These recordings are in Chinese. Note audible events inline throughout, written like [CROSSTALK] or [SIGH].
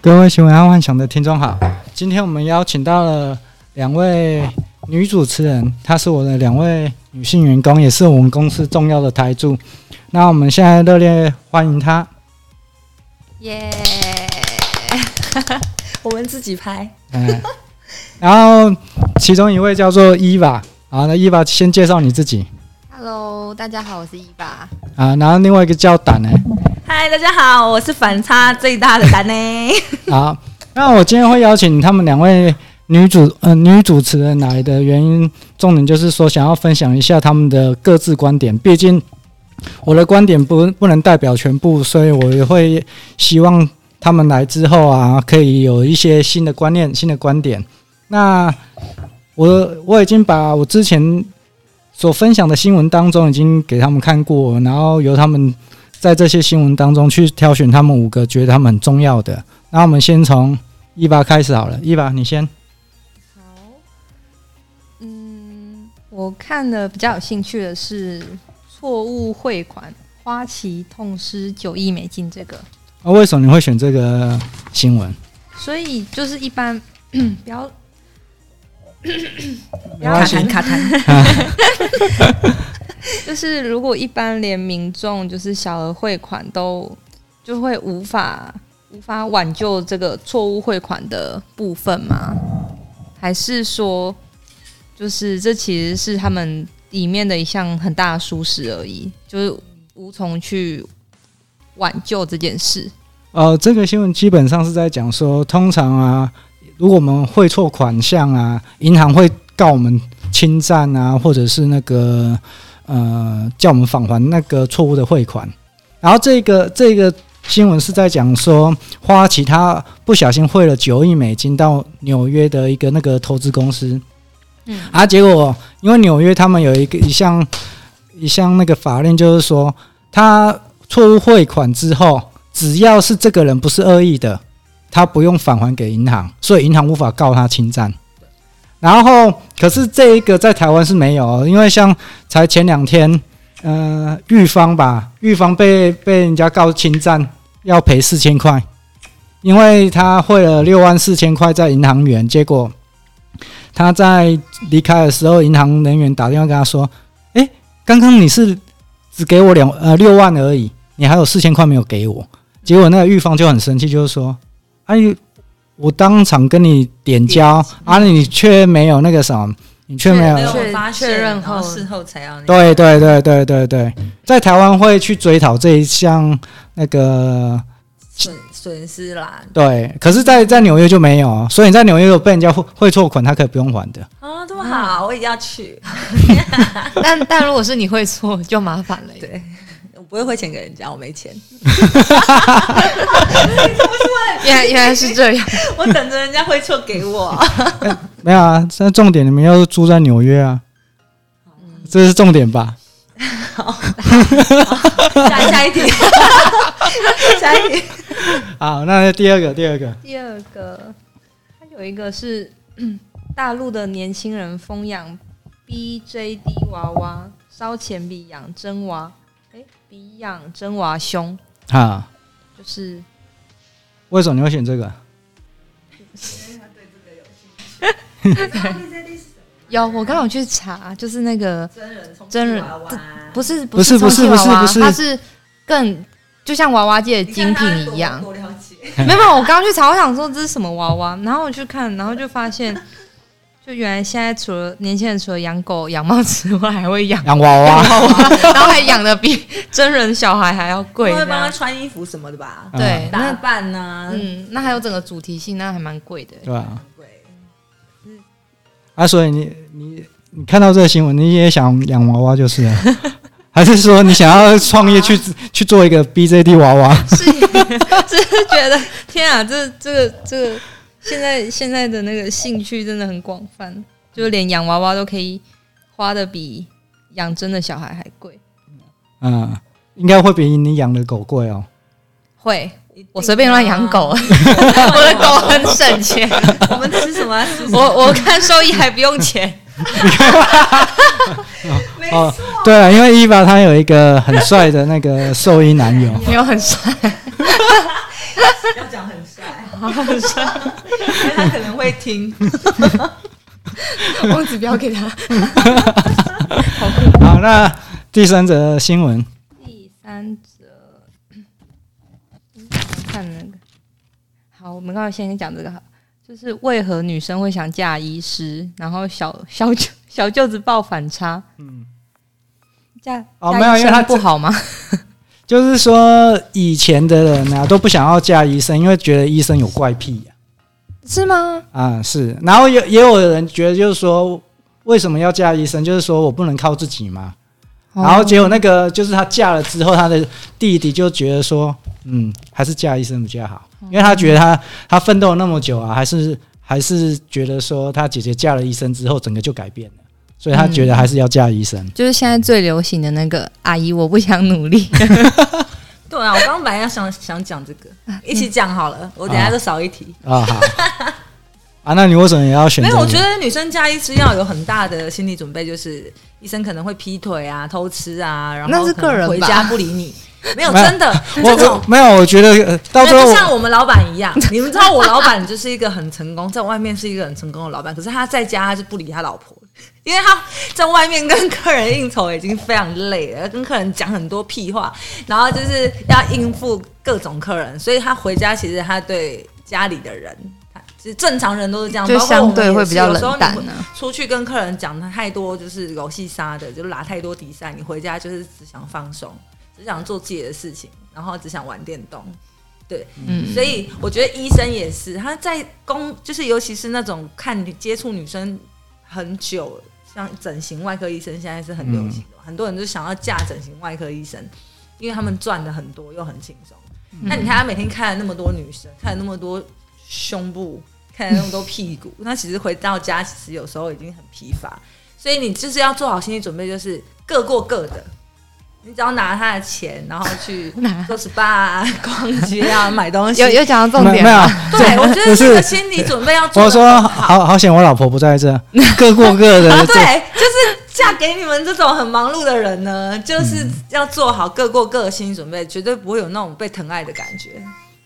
各位新闻爱幻想的听众好，今天我们邀请到了两位女主持人，她是我的两位女性员工，也是我们公司重要的台柱。那我们现在热烈欢迎她。 [LAUGHS] 耶！ [LAUGHS] 我们自己拍，嗯，然后其中一位叫做伊娃，啊，那伊娃先介绍你自己 Hello，大家好，我是伊爸。啊，然后另外一个叫胆呢、嗨，大家好，我是反差最大的丹呢。好，那我今天会邀请他们两位女主呃女主持人来的原因，重点就是说想要分享一下他们的各自观点，毕竟我的观点不不能代表全部，所以我也会希望他们来之后啊，可以有一些新的观念、新的观点。那我我已经把我之前所分享的新闻当中已经给他们看过，然后由他们在这些新闻当中去挑选他们五个觉得他们很重要的。那我们先从一八开始好了，一八你先。好，嗯，我看的比较有兴趣的是错误汇款，花旗痛失九亿美金这个。啊、为什么你会选这个新闻？所以就是一般 [COUGHS] 不要没关系，卡痰， [LAUGHS] 就是如果一般连民众就是小额汇款都就会无法无法挽救这个错误汇款的部分吗？还是说，就是这其实是他们里面的一项很大的疏失而已，就是无从去挽救这件事。呃，这个新闻基本上是在讲说，通常啊，如果我们汇错款项啊，银行会告我们侵占啊，或者是那个呃，叫我们返还那个错误的汇款。然后这个这个新闻是在讲说，花旗他不小心汇了九亿美金到纽约的一个那个投资公司，嗯，啊，结果因为纽约他们有一个一项一项那个法令，就是说他错误汇款之后，只要是这个人不是恶意的，他不用返还给银行，所以银行无法告他侵占。然后，可是这一个在台湾是没有哦，因为像才前两天，呃，玉芳吧，玉芳被被人家告侵占，要赔四千块，因为他汇了六万四千块在银行员，结果他在离开的时候，银行人员打电话跟他说：“诶，刚刚你是只给我两呃六万而已，你还有四千块没有给我。”结果那个玉芳就很生气，就是说：“哎，我当场跟你点交啊，你却没有那个什么，你却没有确确发现确认后然事后才要那个对对对对对对，在台湾会去追讨这一项那个 [LAUGHS] 损损失啦对，可是在，在纽约就没有哦，所以你在纽约有被人家汇汇错款，他可以不用还的。啊，这么好，我也要去，但 [LAUGHS] 但如果是你会错，就麻烦了耶。对 [LAUGHS] 我不会汇钱给人家，我没钱，原来原来是这样， [LAUGHS] 我等着人家汇错给 [LAUGHS] 我。没有啊，这重点你们要住在纽约啊，这是重点吧？下下一题， [LAUGHS] 下一题，好，那第二个，第二个，第二个，它有一个是 [CLEARS THROAT] 嗯大陆的年轻人疯养 BJD 娃娃，烧钱比养真娃，哎、比养真娃凶，啊，就是为什么你会选这个？有我刚刚有去查，就是那个真人充真人娃娃，不是不是不不是充气娃娃不是它是更就像娃娃界的你看精他品多一样。多了解，没有，没有我刚刚去查，我想说这是什么娃娃，然后我去看，然后就发现，就原来现在除了年轻人除了养狗、养猫之外，还会养洋娃娃，娃娃，然后还养的比真人小孩还要贵我会这帮他样。穿衣服什么的吧，啊对，打那扮啊呐，嗯，那还有整个主题性，那还蛮贵的。对吧？对，啊，所以你你你看到这个新闻，你也想养娃娃就是了， [LAUGHS] 还是说你想要创业去去做一个 BJD 娃娃？是，只是觉得天啊，这这个这个现在现在的那个兴趣真的很广泛，就连养娃娃都可以花的比养真的小孩还贵。嗯，应该会比你养的狗贵哦。会，一定我随便乱养狗，[LAUGHS] 啊，我的狗很省钱，我们吃什么啊？吃什么我我看兽医还不用钱。没哦，对啊，因为伊娃她有一个很帅的那个兽医男友，没有很帅，要讲很帅，好好笑，因为他可能会听。忘指标给他。好，那第三则新闻，第三则，嗯看那个，好，我们刚才先讲这个好，就是为何女生会想嫁医师，然后小小舅小舅子爆反差，嗯，嫁哦嫁没有医因为生他不好吗？就是说以前的人啊都不想要嫁医生，因为觉得医生有怪癖啊，是吗？啊是，然后也也有人觉得就是说为什么要嫁医生，就是说我不能靠自己嘛，哦然后结果那个就是她嫁了之后，她的弟弟就觉得说，嗯，还是嫁医生比较好，因为他觉得他他奋斗了那么久啊，还是还是觉得说他姐姐嫁了医生之后，整个就改变了，所以他觉得还是要嫁医生。就是现在最流行的那个阿姨，我不想努 [LAUGHS] 力。 [LAUGHS] 对啊，我刚刚本来要想想讲这个，一起讲好了，我等一下就少一题。啊，好啊，那你为什么也要选没择有，你？我觉得女生嫁医师要有很大的心理准备，就是医生可能会劈腿啊、偷吃啊，然后那是可个能人吧回家不理你。没有，没有真的，这我种我没有，我觉得呃到那最后哎就我像我们老板一样，你们知道我老板就是一个很成功，在外面是一个很成功的老板，可是他在家他就不理他老婆，因为他在外面跟客人应酬已经非常累了，跟客人讲很多屁话，然后就是要应付各种客人，所以他回家其实他对家里的人。他其实正常人都是这样，就包括我相对们也会是比较有时候冷淡你会啊出去跟客人讲太多就是游戏杀的，就拉太多比赛，你回家就是只想放松，只想做自己的事情，然后只想玩电动。对，嗯，所以我觉得医生也是，他在工就是尤其是那种看女接触女生很久，像整形外科医生现在是很流行的嘛，很多人就想要嫁整形外科医生，因为他们赚的很多又很轻松。那你看他每天看了那么多女生，看了那么多胸部，看了那么多屁股， [LAUGHS] 那其实回到家其实有时候已经很疲乏，所以你就是要做好心理准备，就是各过各的。你只要拿他的钱，然后去 [LAUGHS] 拿做 SPA 啊、 [LAUGHS] 逛街啊、买东西，有有讲到重没点没有吗？， [LAUGHS] 对，我觉不得这是个心理准备要做。我说，好好险，我老婆不在这，各过各啊，的。这对，就是嫁给你们这种很忙碌的人呢，就是要做好各过各的心理准备，绝对不会有那种被疼爱的感觉。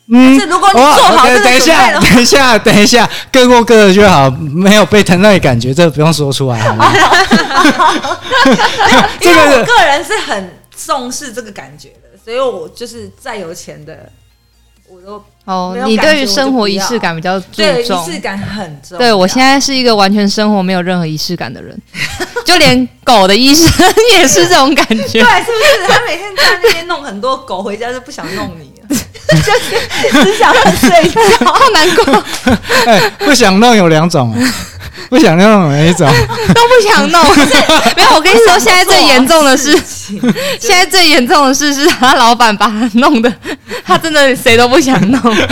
嗯但是如果你做好我这个等一下，准备的等一下，等一下，各过各的就好，没有被疼爱的感觉，这不用说出来好 [LAUGHS] 吗？因 [LAUGHS] 这个为是我个人是很重视这个感觉的，所以我就是再有钱的，我都哦没，有你感觉对于我就生不活仪要式感比较注对仪重，式感很重要。对我现在是一个完全生活没有任何仪式感的人，就连狗的医生 [LAUGHS] 也是这种感觉对，。是不是？他每天在那边弄很多狗，回家就不想弄 [LAUGHS] 你啊了，就是只想睡觉。好难过，都哎、不想弄有两种、不想弄有一种，不想 [LAUGHS] 弄。没有，我跟你说，现在最严重的是，情，现在最严重的事是他老板把他弄的，他真的谁都不想弄，对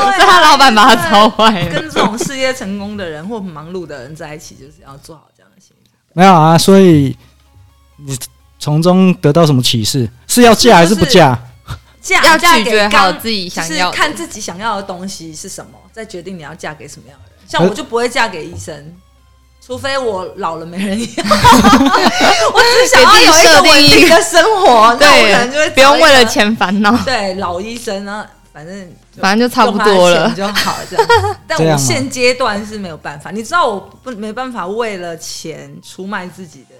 啊是他老板把他操坏了。跟这种事业成功的人或忙碌的人在一起，就是要做好这样的心理。没有啊。所以你从中得到什么启示？是要嫁还是不嫁？嫁要嫁拒给绝好刚自己想就要的是看自己想要的东西是什么，再决定你要嫁给什么样的人。像我就不会嫁给医生，除非我老了没 [LAUGHS] 人要，我只想要有一个稳定的生活，那我可能就会对，不用为了。钱烦恼，对，老医生呢，反正就反正就差不多用他的了钱。就好了这 [LAUGHS] 样。但这我样啊吗现阶段是没有办法，你知道我不没办法为了钱出卖自己的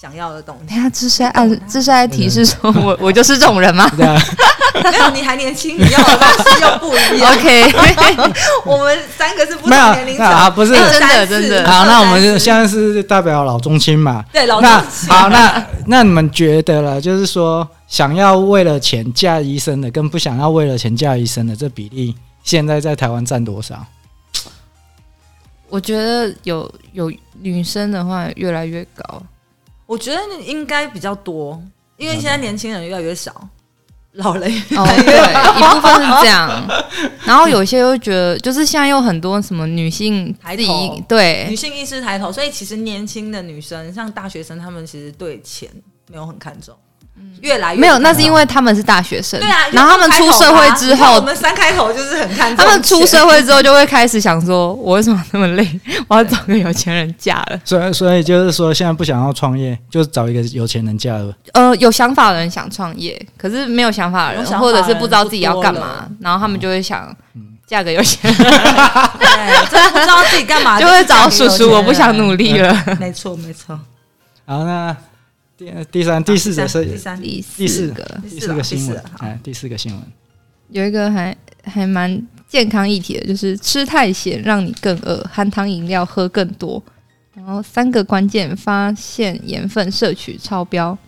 想要的东西。 [LAUGHS] 等一下，这是在暗，这是在提示说嗯我我就是这种人 [LAUGHS] 吗对啊，没有，你还年轻，你要的东西又不一 [LAUGHS] 样。 ？OK， [LAUGHS] 我们三个是不同没有年龄那啊层，不是二三 [LAUGHS] 真的四真的好，那我们二就三四现在是代表老中青嘛。对老那中青好，那那你们觉得了，就是说想要为了钱嫁医生的，跟不想要为了钱嫁医生的这比例，现在在台湾占多少？我觉得有有女生的话越来越高，我觉得应该比较多，因为现在年轻人越来越嗯少，老 [LAUGHS] 了也哦，对，一部分是这 [LAUGHS] 样，然后有些又觉得，就是现在有很多什么女性自抬头己对女性意识抬头，所以其实年轻的女生，像大学生，她们其实对钱没有很看重，嗯越来越没有，那是因为他们是大学生，对啊，然后他们出社会之你啊看我后，们三开头就是很看重他们出钱社会之后就会开始想说，我为什么那么累？我要找个有钱人嫁了。所以所以就是说，现在不想要创业，就找一个有钱人嫁了。呃，有想法的人想创业，可是没有想法的有人，想法或的人者是不知道自己要干不多嘛，然后他们就会想嫁给有钱对，真的不知道自己干嘛， [LAUGHS] 人，就会找是嫁叔给叔，我不想努力。力了。没错，没错。然后呢，啊第第三、第四则是第三，第三第第四个第第四四了个新第闻四了，好哎，第四个新闻，有一个还还蛮健康议题的，就是吃太咸让你更饿，含糖饮料喝更多。然后三个关键发现盐分摄取超标，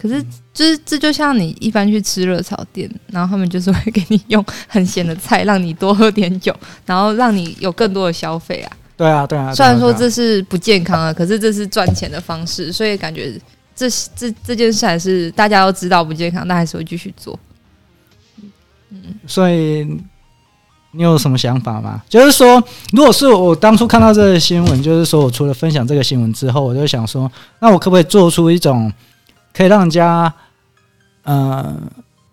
可是嗯就是这就像你一般去吃热炒店，然后他们就是会给你用很咸的菜，让你多喝点酒，然后让你有更多的消费啊。对啊，对啊。虽然对啊说对啊这是不健康啊，可是这是赚钱的方式，所以感觉这这这件事还是大家都知道不健康，但还是会继续做。所以你有什么想法吗？就是说，如果是我当初看到这个新闻，就是说我除了分享这个新闻之后，我就想说，那我可不可以做出一种可以让人家呃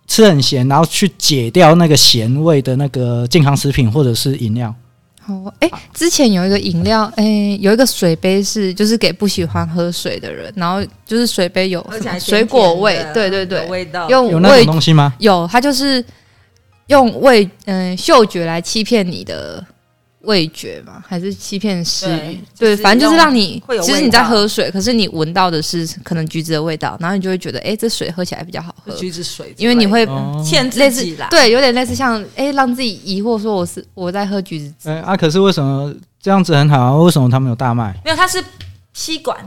吃很咸，然后去解掉那个咸味的那个健康食品或者是饮料？好哦，哎、之前有一个饮料，哎、有一个水杯是就是给不喜欢喝水的人，然后就是水杯有而什且么还水甜甜果味的，对对对有，味道有用那种味东西吗？有，它就是用味嗯、嗅觉来欺骗你的味觉嘛，还是欺骗食欲？对就对，是反正就是让你会有其实味你在道喝水，可是你闻到的是可能橘子的味道，然后你就会觉得，哎、这水喝起来比较好喝就，橘子水之类的，因为你会。哦，欠类自似己啦。对，有点类似像哎、让自己疑惑说我是我在喝橘子汁，哎、啊，可是为什么这样子很好啊？为什么他们有大卖？没有，它是吸管，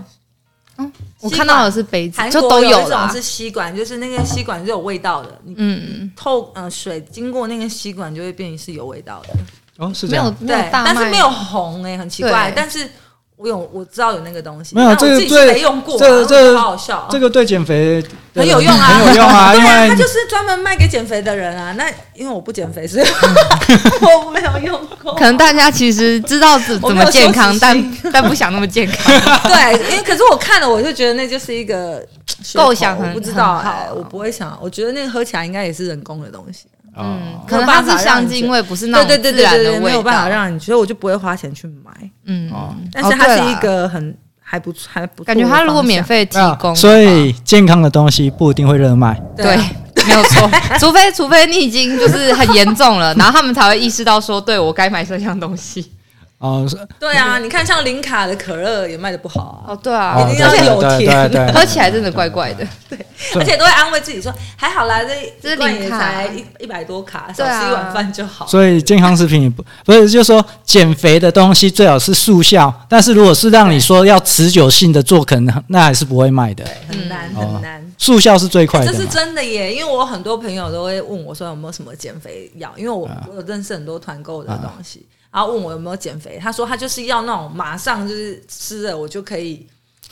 我吸看到管的是杯子，韩就国都有一种啦。是吸管，就是那个吸管是有味道的，你嗯，透呃水经过那个吸管就会变成是有味道的。哦，是这没样有。没有对，大卖，但是没有红哎、很奇怪对。但是我有我知道有那个东西，没有但我这个自己是对没用过啊，这个我觉这得个好好笑啊。这个对减肥的很有人用啊很有用啊， [LAUGHS] 对因啊，他为就是专门卖给减肥的人啊。那因为我不减肥，所以我 [LAUGHS] 没有用过。可能大家其实知道怎我怎没有么健康羞耻，但 [LAUGHS] 但不想那么健康。 [LAUGHS] 对，因为可是我看了，我就觉得那就是一个噱头构想很我不知道很好哎、我不会想，我觉得那个喝起来应该也是人工的东西。嗯哦，可能它是香精味，不是那对种对对自对然对的对，没味有道。办法让你，所以我就不会花钱去买。嗯哦，但是哦它对是一啦个很还不错还不错感觉，的它如果方向免费提那供的话，啊所以健康的东西不一定会热卖。对啊。没有 [LAUGHS] 错，除非除非你已经就是很严重了，然后他们才会意识到说，对我该买这项东西。哦，是对啊，你看像零卡的可乐也卖的不好啊，哦，对啊哦，一定对要对有对甜对对喝起来真的怪怪的。对而且都会安慰自己说还好啦，这这一罐也零卡才一一百多卡，少对啊吃一碗饭就好。所以健康食品也不不是，就是说减肥的东西最好是速效，但是如果是让你说要持久性的做，可能那还是不会卖的。很难嗯很难。速效是最快这的是嘛，真的耶，因为我很多朋友都会问我说有没有什么减肥药，因为我、我有认识很多团购的东西，然后问我有没有减肥，他说他就是要那种马上就是吃了我就可以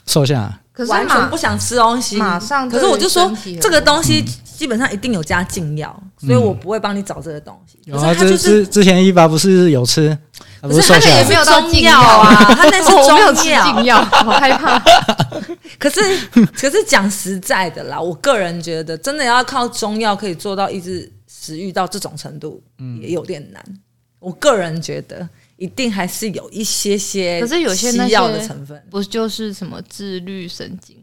瘦下来。可是完全马不想吃东西，马上可对是我就说身体很这个东西基本上一定有加禁药，所以我不会帮你找这个东西。有可啊，是它之就之是，之前一八不是有吃，啊不可是瘦它下那来也也吗没没有有到到禁禁药药啊，它那是哦我没有吃中药禁。药，好害怕。可 [LAUGHS] 是可是讲实在的啦，我个人觉得真的要靠中药可以做到抑制食欲到这种程度，嗯也有点难。我个人觉得一定还是有一些些，可是有些那西些药的成分。不就是什么自律神经？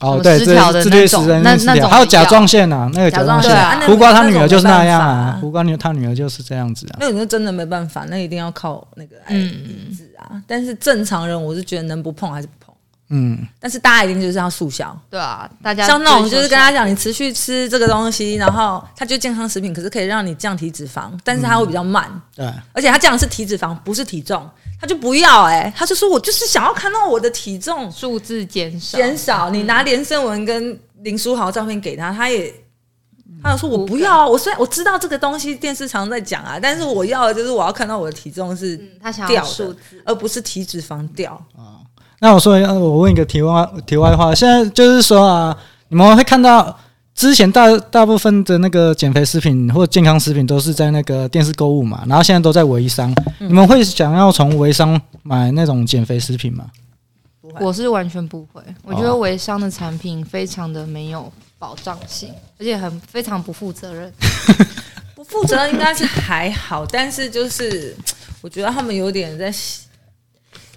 哦，什么对，失这调的这那对种食人那失那调，种还有比甲较状腺啊，那个甲甲状状腺腺啊啊，那胡瓜他那女种儿没就是那办样法啊啊，胡瓜女他女儿就是这样子啊。那有人真的没办法，那一定要靠那个来抑制啊。嗯但是正常人，我是觉得能不碰还是不碰。嗯，但是大家一定就是要速效，对啊，大家像那种就是跟他他讲，你持续吃这个东西，然后它就健康食品，可是可以让你降体脂肪，但是它嗯会比较慢，对。而且它降的是体脂肪，不是体重，他就不要哎、他就说我就是想要看到我的体重数字减少，减少。你拿连胜文跟林书豪照片给他，他也。他就说：“我不要啊！我虽然我知道这个东西电视常在讲啊，但是我要的就是我要看到我的体重是嗯，他想掉要的数字，而不是体脂肪掉。那我说一下，我问一个题外题外话，现在就是说啊，你们会看到之前大大部分的那个减肥食品或健康食品都是在那个电视购物嘛，然后现在都在微商，嗯你们会想要从微商买那种减肥食品吗？我是完全不会。我哦觉得微商的产品非常的没有保障性，而且很非常不负责 [LAUGHS] 任。不负责任应该是还好，但是就是我觉得他们有点在洗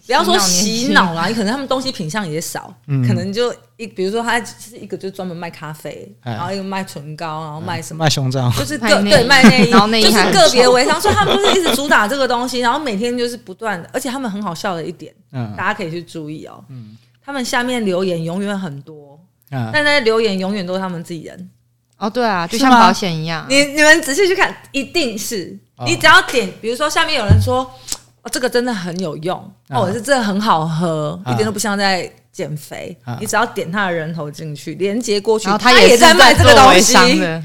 不要说洗洗脑 [LAUGHS] 脑啦，你可能他们东西品相也少，嗯可能就一比如说他就是一个就专门卖咖啡，哎然后一个卖唇膏，然后卖什么。卖胸罩，就是个卖内衣对卖内衣，然后内衣就是还很个别丑微商，所以他们就是一直主打这个东西，然后每天就是不断的，而且他们很好笑的一点，嗯大家可以去注意哦。他们下面留言永远很多，嗯，但那些留言永远都是他们自己人。哦，对啊，就是像吗保险一样，你你们仔细去看，一定是、哦你只要点，比如说下面有人说，哦，这个真的很有用，啊哦，这真的很好喝，啊一点都不像在减肥。啊你只要点他的人头进去，连接过去，然后他也是在卖这个做东微西，商你的，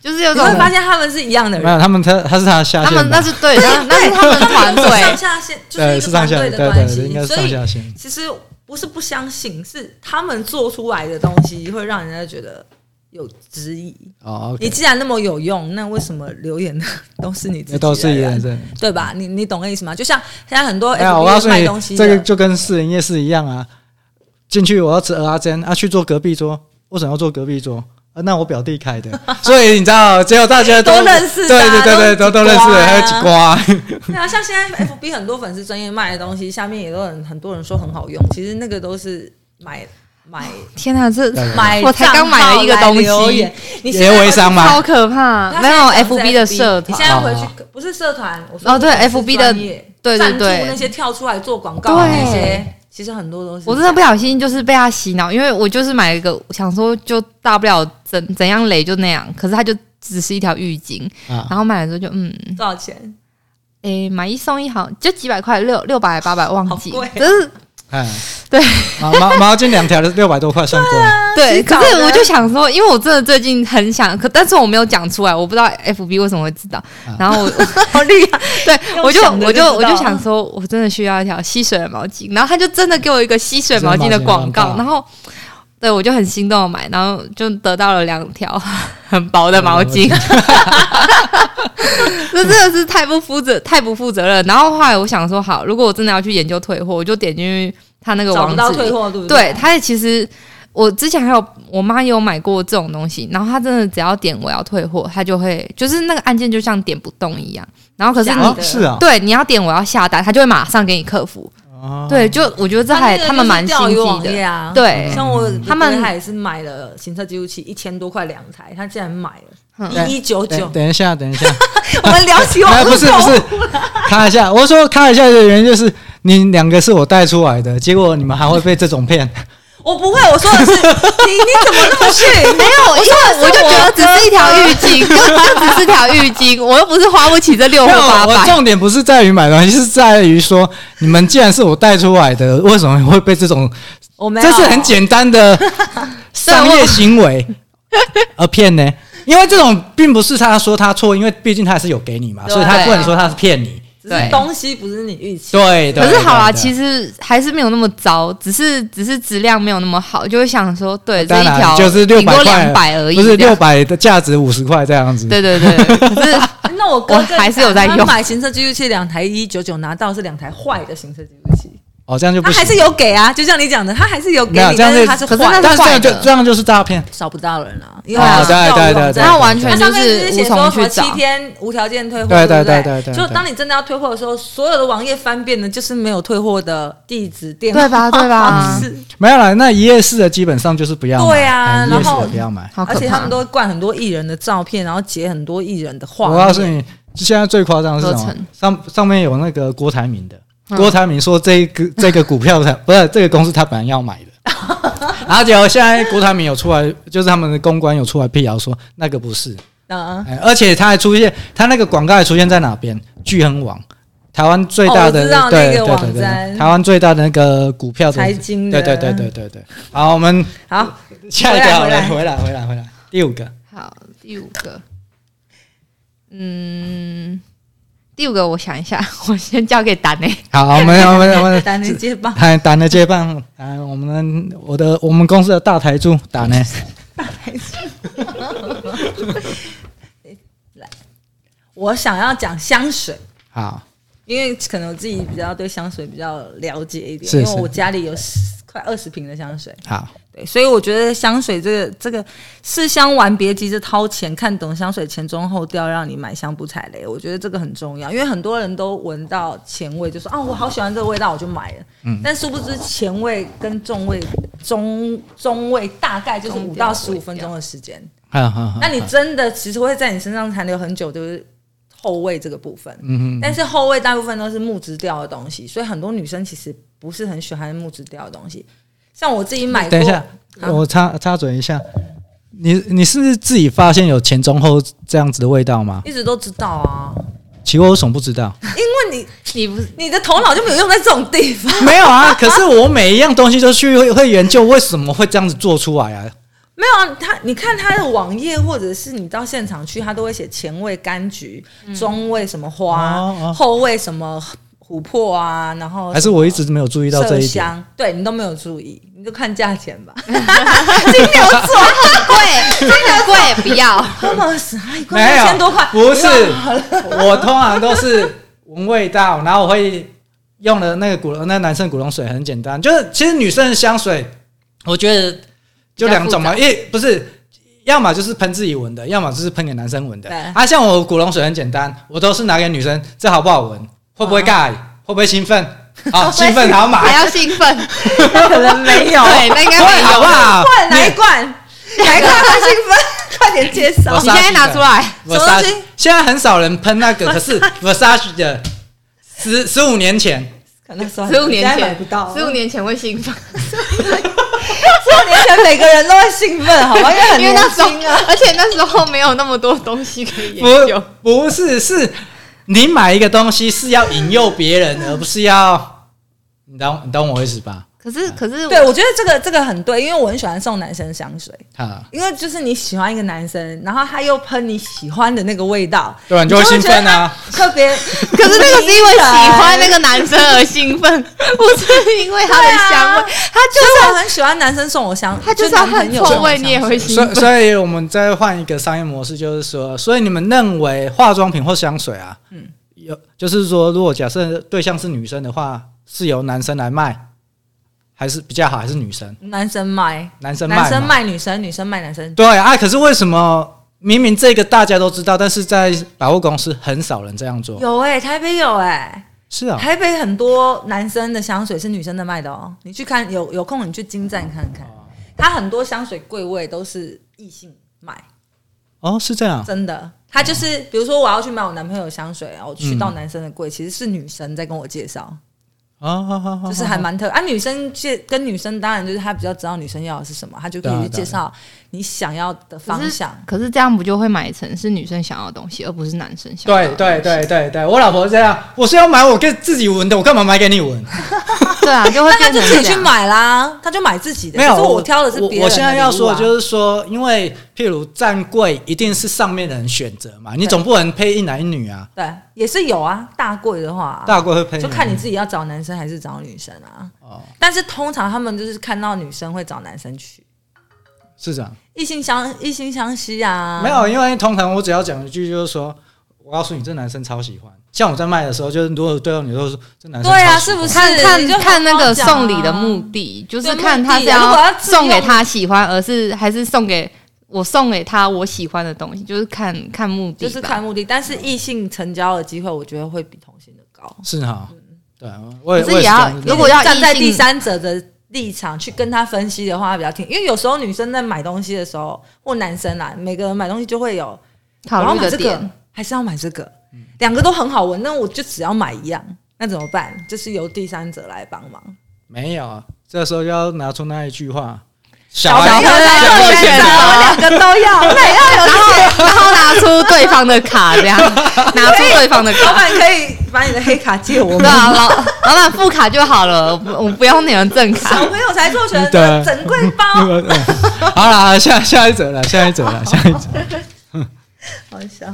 就是有种会发现他们是一样的没人。有他们他他是他的下他线吧，们那是对， [LAUGHS] 那那是他们团他们队上， [LAUGHS] 下线就是对一是个上团下队对的对关对，应该是系，所上以下线，其实不是不相信，是他们做出来的东西会让人家觉得有质疑。哦你，OK，既然那么有用，那为什么留言的都是你那自己的都是一人人？证。对吧？你你懂那意思吗？就像现在很多哎呀，我 FB 告诉卖东西你，的这个就跟私人夜市一样啊。进去我要吃鹅阿珍啊，去坐隔壁桌，为什么要坐隔壁桌？啊，那我表弟开 [LAUGHS] 的，所以你知道，只有大家都认识的对啊对对对，都都都认几识瓜的，啊还有几瓜，对啊，像现在 FB 很多粉丝专业卖的东西，下面也都很很多人说很好用，其实那个都是买买 [LAUGHS] 天啊哪，这对买，我才刚买了一个东西留言，你现也在微商超嘛，可怕，他没现在有讲的是 FB 的社你团现，在回去不是社团，我说哦对是 FB 的专业对对赞助对那些跳出来做广告的那些，其实很多东西我真的不小心就是被他洗脑，因为我就是买了一个，想说就大不了怎怎样雷就那样，可是他就只是一条浴巾，啊然后买了之后就嗯，多少钱，诶、买一送一好像就几百块，六六百八百忘记好贵，啊可是哎，对，毛毛毛巾两条六百多块算贵，对，啊洗澡可是的我就想说，因为我真的最近很想，可但是我没有讲出来，我不知道 FB 为什么会知道，然后我 [LAUGHS] 好厉害！对用我就想的我就就知我就道想说，我真的需要一条吸水的毛巾，然后他就真的给我一个吸水毛巾的广告，吸水毛巾广告然后对我就很心动地买，然后就得到了两条 [LAUGHS] 很薄的毛巾， [LAUGHS] 这真的是太不负责太不负责任。然后后来我想说，好，如果我真的要去研究退货，我就点进去他那个找网不址，到退货，对不对，它其实我之前还有我妈也有买过这种东西，然后她真的只要点我要退货，她就会就是那个按键就像点不动一样，然后可是假你、的哦，是啊，对你要点我要下单，她就会马上给你客服。哦对，就我觉得这还那个他们蛮就是心钓鱼机网页的，啊，对像我嗯他们他也是买了行车记录器一千多块两台，他竟然买嗯 [LAUGHS] 了一一九九等，等一下，等一 [LAUGHS] 下，我们聊起哎，网不是不是，开一下，我说开一下的原因就是你两个是我带出来的，结果你们还会被这种骗，我不会，我说的是你你怎么那么逊？没有，因为我就觉得只是一条浴巾， [LAUGHS] 就就只是条浴巾，我又不是花不起这六没或有，八我百。重点不是在于买东西，是在于说你们既然是我带出来的，为什么会被这种我没有，这是很简单的商业行为而骗呢？因为这种并不是他说他错，因为毕竟他还是有给你嘛，对所以他不能说他是骗你。只是东西不是你预期。对，对可是好啦，其实实还是没有那么糟，只是只是质量没有那么好，就会想说，对这当一条然就是六顶百多块，两百而已，不是这样六百的价值五十块这样子。对对对，可 [LAUGHS] 是哎那我哥我更惨还是有在用他买行车记录器两台一一九九，拿到是两台坏的行车记录器，哦，这样就他不还行。是有给啊，就像你讲的，他还是有给没有你，这样但是是他是可是坏那的，但是这样坏就的这样就是诈骗。找不到人啊，因为哦，对对对对，那完对全它上就是面写无从说去什么找七天无条件退货，对不对对对对对就当你真的要退货的时候，所有的网页翻遍的就是没有退货的地址、电话对 [LAUGHS] 吧啊对吧方式没有啦，那一夜式的基本上就是不要买。对啊哎一然夜式后的不要买。好可而且他怕们。都会灌很多艺人的照片，然后截很多艺人的画我面。告诉你，现在最夸张的是什合么成？上上面有那个郭台铭的，嗯郭台铭说这个 [LAUGHS] 这个股票他不是这个公司他本来要买 [LAUGHS] 的，然后结果现在郭台铭有出来，就是他们的公关有出来辟谣说那个不是，嗯，哎，而且他还出现他那个广告还出现在哪边？聚亨网。台湾最大哦我的、知道对那对个对网对站对，台湾最大的那个股票的财经对的对对对对对。好，我们好，下一个好回了来回来回来回来，第五个，好，第五个，嗯，第五个我想一下， [LAUGHS] 我先交给丹诶。好，我 [LAUGHS] 们我们我呃们丹尼接棒，哎，打呢接棒，哎，我们的我的我们公司的大台柱打 [LAUGHS] 呢，我想要讲香水。好，因为可能我自己比较对香水比较了解一点，是因为是我家里有快二十瓶的香水。好，对，所以我觉得香水这个这个试香完别急着掏钱，看懂香水前中后调，让你买香不踩雷。我觉得这个很重要，因为很多人都闻到前味就说啊，我好喜欢这个味道，我就买了。嗯但殊不知前味跟中味中中味大概就是五到十五分钟的时间，好好好。那你真的其实会在你身上残留很久，就是后味这个部分。嗯但是后味大部分都是木质调的东西，所以很多女生其实不是很喜欢木质调的东西。像我自己买过，啊等一下，好我插插嘴一下，你你是自己发现有前中后这样子的味道吗？一直都知道啊，奇怪，我为什么不知 [LAUGHS] 道？因为你你不是你的头脑就没有用在这种地方。没有啊，可是我每一样东西都去会会研究为什么会这样子做出来啊。没有啊，他你看他的网页，或者是你到现场去，他都会写前味柑橘，中味什么花，哦哦后味什么琥珀啊，然后还是我一直没有注意到这麝一点。香，对你都没有注意，你就看价钱吧。金牛座很 [LAUGHS] 贵，它很贵，不要。那么十一块没六千有，多块，不是一万， [LAUGHS] 我通常都是闻味道，然后我会用的那个古龙，那男生古龙水很简单，就是其实女生的香水，我觉得就两种嘛，一不是。要么就是喷自己闻的，要么就是喷给男生闻的对。啊，像我古龙水很简单，我都是拿给女生，这好不好闻？会不会尬？会不会兴奋？好，兴奋好还买。要兴奋，可能没 [LAUGHS] 有。对，那应该没对，好有不。好？快来一你罐，来一罐，快兴奋，快点介绍我。你现在拿出来，什么东西 Versace，现在很少人喷那个，可是 Versace 的十十五年前，可能十十五年买前不到，十五年前会兴奋，十五年前每个人都会兴奋，好吗？因为很因为那年时候轻啊。， [LAUGHS] 而且那时候没有那么多东西可以不研究。不是是，你买一个东西是要引诱别人，而不是要你懂你懂我意思吧？可是，可是，对，我觉得这个这个很对，因为我很喜欢送男生香水，啊，因为就是你喜欢一个男生，然后他又喷你喜欢的那个味道，对啊你就会兴奋啊你就会觉得他特别。可 [LAUGHS] 可是那个是因为喜欢那个男生而兴奋， [LAUGHS] 不是因为他的香味对。他就就是我算很喜欢男生送我香，他就是算男朋很友臭送我味，香你也会水兴所以奋。所以我们再换一个商业模式，就是说，所以你们认为化妆品或香水啊，嗯，有就是说，如果假设对象是女生的话，是由男生来卖，还是比较好，还是女生？男生卖，男生卖嘛，男生卖女生，女生卖男生，对啊，可是为什么明明这个大家都知道，但是在百货公司很少人这样做？有哎、台北有哎、是啊，台北很多男生的香水是女生的卖的哦，你去看有有空你去金站看看，哦他很多香水柜位都是异性买，哦，是这样，真的。他就是比如说我要去买我男朋友的香水，啊然后我去到男生的柜，其实是女生在跟我介绍，哦，好好好，就是还蛮特啊。女生介跟女生当然就是她比较知道女生要的是什么，她就可对啊以去介绍你想要的方向。嗯可是这样不就会买成是女生想要的东西，而不是男生想要对的？对 [LAUGHS] 对对对，我老婆是这样，我是要买我给自己闻的，我干嘛买给你 [LAUGHS] 闻？对啊，就会那她变就成自己这去样。买啦，她就买自己的。哦没有，可是我挑的啊是我别人我现在要说的是就是说，因为譬如站柜一定是上面的人选择嘛，你对总不能配一男一女啊，对，也是有啊，大柜的话啊、大柜会配一就男一女，看你自己要找男生还是找女生啊。哦，但是通常他们就是看到女生会找男生去，是这样，异性相异性相吸啊。没有，因为通常我只要讲一句就是说。我告诉你，这男生超喜欢。像我在卖的时候，就是如果对方你都说这男生对啊，超喜是欢不是？看看你就好好看那个讲啊送礼的目的，就是对看他目是的啊如果要要自用送给他喜欢，而是还是送给我送给他我喜欢的东西，就是看看目的吧，就是看目的，但是异性成交的机会，我觉得会比同性的高。是哈，对，啊我也可是我也也要是这样如果要站在异性第三者的立场去跟他分析的话，他比较听。因为有时候女生在买东西的时候，或男生啦，每个人买东西就会有我考要虑买的这点。个还是要买这个，两个都很好闻，那我就只要买一样，那怎么办？就是由第三者来帮忙。没有啊，这时候要拿出那一句话，小孩朋友在在做做选择我两个都要， [LAUGHS] 那也要有钱。然后拿出对方的卡，这样 [LAUGHS] 拿出对方的老卡。板可以把你的黑卡借我对 [LAUGHS] 吗？啊，老老板副卡就好了，我不我不要你的正卡小。朋友才做选对择，整柜包。 [LAUGHS] 好了，下下一则了，下一则了，下一则， [LAUGHS] 好笑，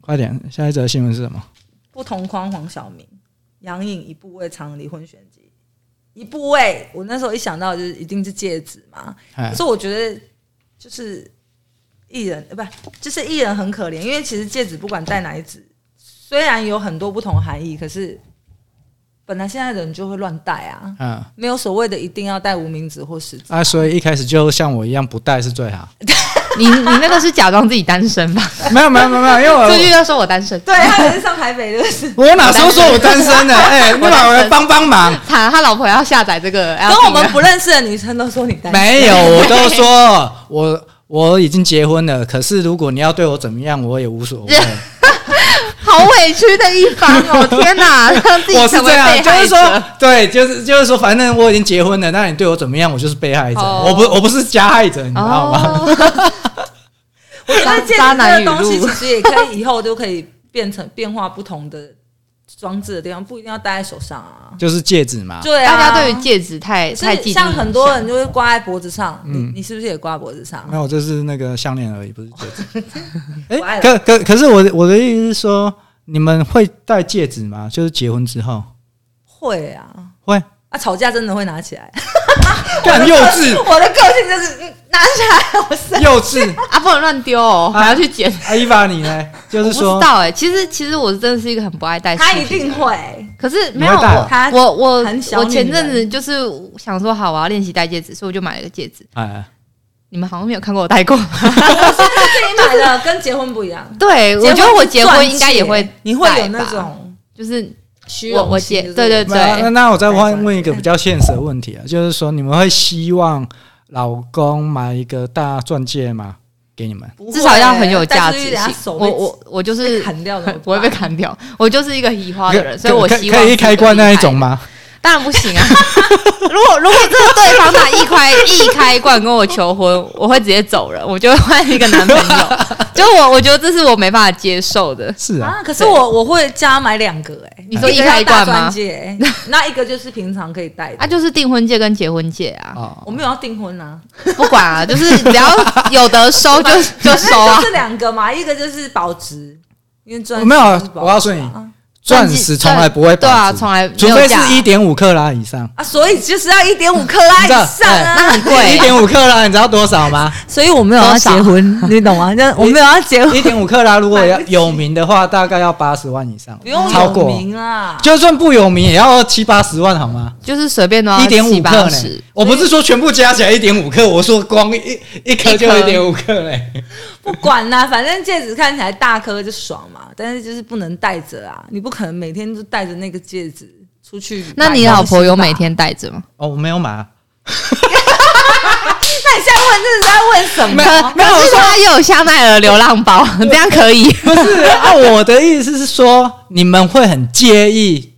快点，下一则新闻是什么？不同框黄晓明，杨颖一步未尝离婚玄机，一步未，我那时候一想到就是一定是戒指嘛。哎可是我觉得就是艺人，呃，不就是艺人很可怜，因为其实戒指不管戴哪一只，虽然有很多不同含义，可是本来现在人就会乱带啊，嗯没有所谓的一定要带无名指或食指。啊，所以一开始就像我一样不带是最好。你你那个是假装自己单身吧？没有没有没有没有，因为出我去要说我单身，对，他也是上台北的 [LAUGHS] 事。我哪时候说我单身呢？哎、你把我帮帮忙。惨了，他老婆要下载这个 app 跟了，[LAUGHS] 我们不认识的女生都说你单身，没有，我都说我我已经结婚了，可是如果你要对我怎么样，我也无所谓。好委屈的一方 [LAUGHS] 哦！天哪，让 [LAUGHS] 自己我是成为这样被，就害是说者。，对，就是就是说，反正我已经结婚了，那你对我怎么样，我就是被害者，哦我不我不是加害者，你知道吗？哦， [LAUGHS] 我觉得戒指渣男这语个东西录其实也可以以后都可以变成变化不同的装置的地方，不一定要戴在手上啊。 [LAUGHS] 就是戒指嘛，对啊，大家对于戒指太太是记像很多人就会挂在脖子上，你你是不是也挂在脖子上嗯没？有，这是那个项链而已，不是戒指。 [LAUGHS] 我爱哦哎、了可可可是我的我的意思是说，你们会戴戒指吗？就是结婚之后会啊，会？啊，吵架真的会拿起来。 [LAUGHS] 干幼稚，我的个性就是嗯拿起来，我是幼稚。啊，不能乱丢哦，啊还要去捡。阿伊娃，你呢？就我是不知说，道哎，其实其实我真的是一个很不爱戴饰他一品的定人，会。 [LAUGHS] 可是没有你会戴哦我他我我很小我女前人阵子就是想说好我要练习戴戒指，所以我就买了个戒指。哎，你们好像没有看过我戴过，自己买的跟结婚不一样。对 [LAUGHS] 我觉得我结婚应该也钻会戒，欸你会有戴那吧种就是虚我荣我心结就是对对没有那那我再戴问钻问一个戒比较现实的问题啊，就是说，你们会希望老公买一个大钻戒吗？给你们？不会欸至少要很有价但值是等下性。手我被我我就是砍掉的，不会被。砍掉，我就是一个移花的人，可所以我可希望可以是一开关个那一开种吗？当然不行啊！ [LAUGHS] 如果如果这个对方他一开一开罐跟我求婚，我会直接走人，我就会换一个男朋友。就我我觉得这是我没办法接受的。是啊，啊！可是我我会加买两个哎、你说一个要开一罐大吗钻戒，欸那一个就是平常可以戴的。啊，就是订婚戒跟结婚戒啊，哦我，没有要订婚啊， [LAUGHS] 不管啊，就是只要有得收就就收反正啊就。是两个嘛，一个就是保值，因为钻没有啊就是保值我告诉你啊钻石从来不会对啊，保值，从来没有除非价啊是一点五克拉以上。啊，所以就是要一点五克拉以上你知道哎啊，很 [LAUGHS] 贵一点五克拉，你知道多少 [LAUGHS] 吗？所以我没有要结婚，你懂吗？就我没有要结婚，一点五克拉，如果要有名的话，大概要八十万以上，不用超有过。名啊，就算不有名，也要七八十万好吗？就是随便都要一点五七克八呢十。？我不是说全部加起来一点五克， [LAUGHS] 我说光一一颗就一颗一点五克嘞。不管啦、反正戒指看起来大颗就爽嘛，但是就是不能戴着啊，你不可能每天都戴着那个戒指出去。那你老婆有每？天戴着吗？哦，我没有买啊，那你现在问这是在问什么？没有没有可是我说她又有香奈儿流浪包，这样可以？不是啊。我的意思是说，你们会很介意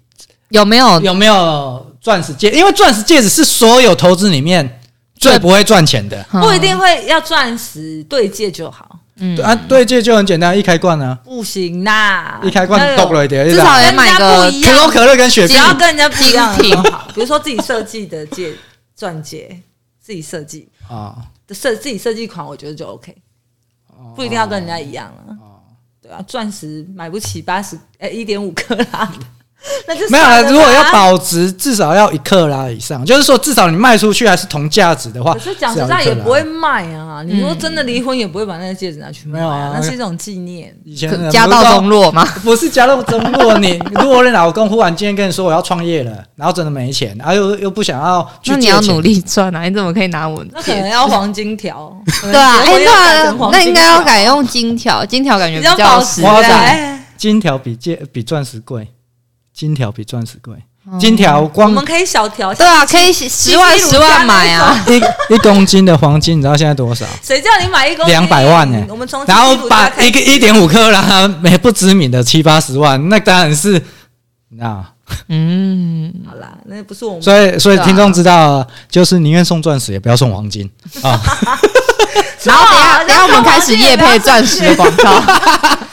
有没有有没有钻石戒，因为钻石戒指是所有投资里面最不会赚钱的。不一定会要钻石对戒就好，嗯对啊，对戒就很简单，一开罐啊，不行啦，一开罐要有剁了一点，至少也买个人家不一可样口可乐跟雪只碧，要跟人家不一样精品就好。比如说自己设计的戒钻戒，自己设计啊，设自己设计款，我觉得就 OK，不一定要跟人家一样了。对啊，钻石买不起八十呃一点五克拉， [LAUGHS] 那就没有啊算啦。了吧如果要，保值，至少要一克拉以上，就是说至少你卖出去还是同价值的话，可是讲至实少一在克也拉不会卖啊。你如果真的离婚，也不会把那个戒指拿去卖没有啊那是一种纪念。以前人家不是道说中落吗？ [LAUGHS] 不是家道中落，你如果你老公忽然今天跟你说我要创业了，然后真的没钱，然后又又不想要去那借你要钱努力赚啊！你怎么可以拿我那的可钱？能要黄金条，对对啊，哎、那那那应该要改用金条，金条感觉比比较较保实值我要讲在。哎金条比戒比钻石贵，金条比钻石贵，哦金条我光们可以小条，嗯对啊，可以十万其实十万买啊！一一公斤的黄金，你知道现在多少？谁叫你买一公斤两百万呢、我们从然后基础把价开始一个一点五克拉没不知名的七八十万，那当然是啊，嗯，好啦，那不是我们。所以所以对啊听众知道，就是宁愿送钻石也不要送黄金啊。 [LAUGHS] 然后等一下啊好等一下我们开始那夜配黄金钻石的也不要广告，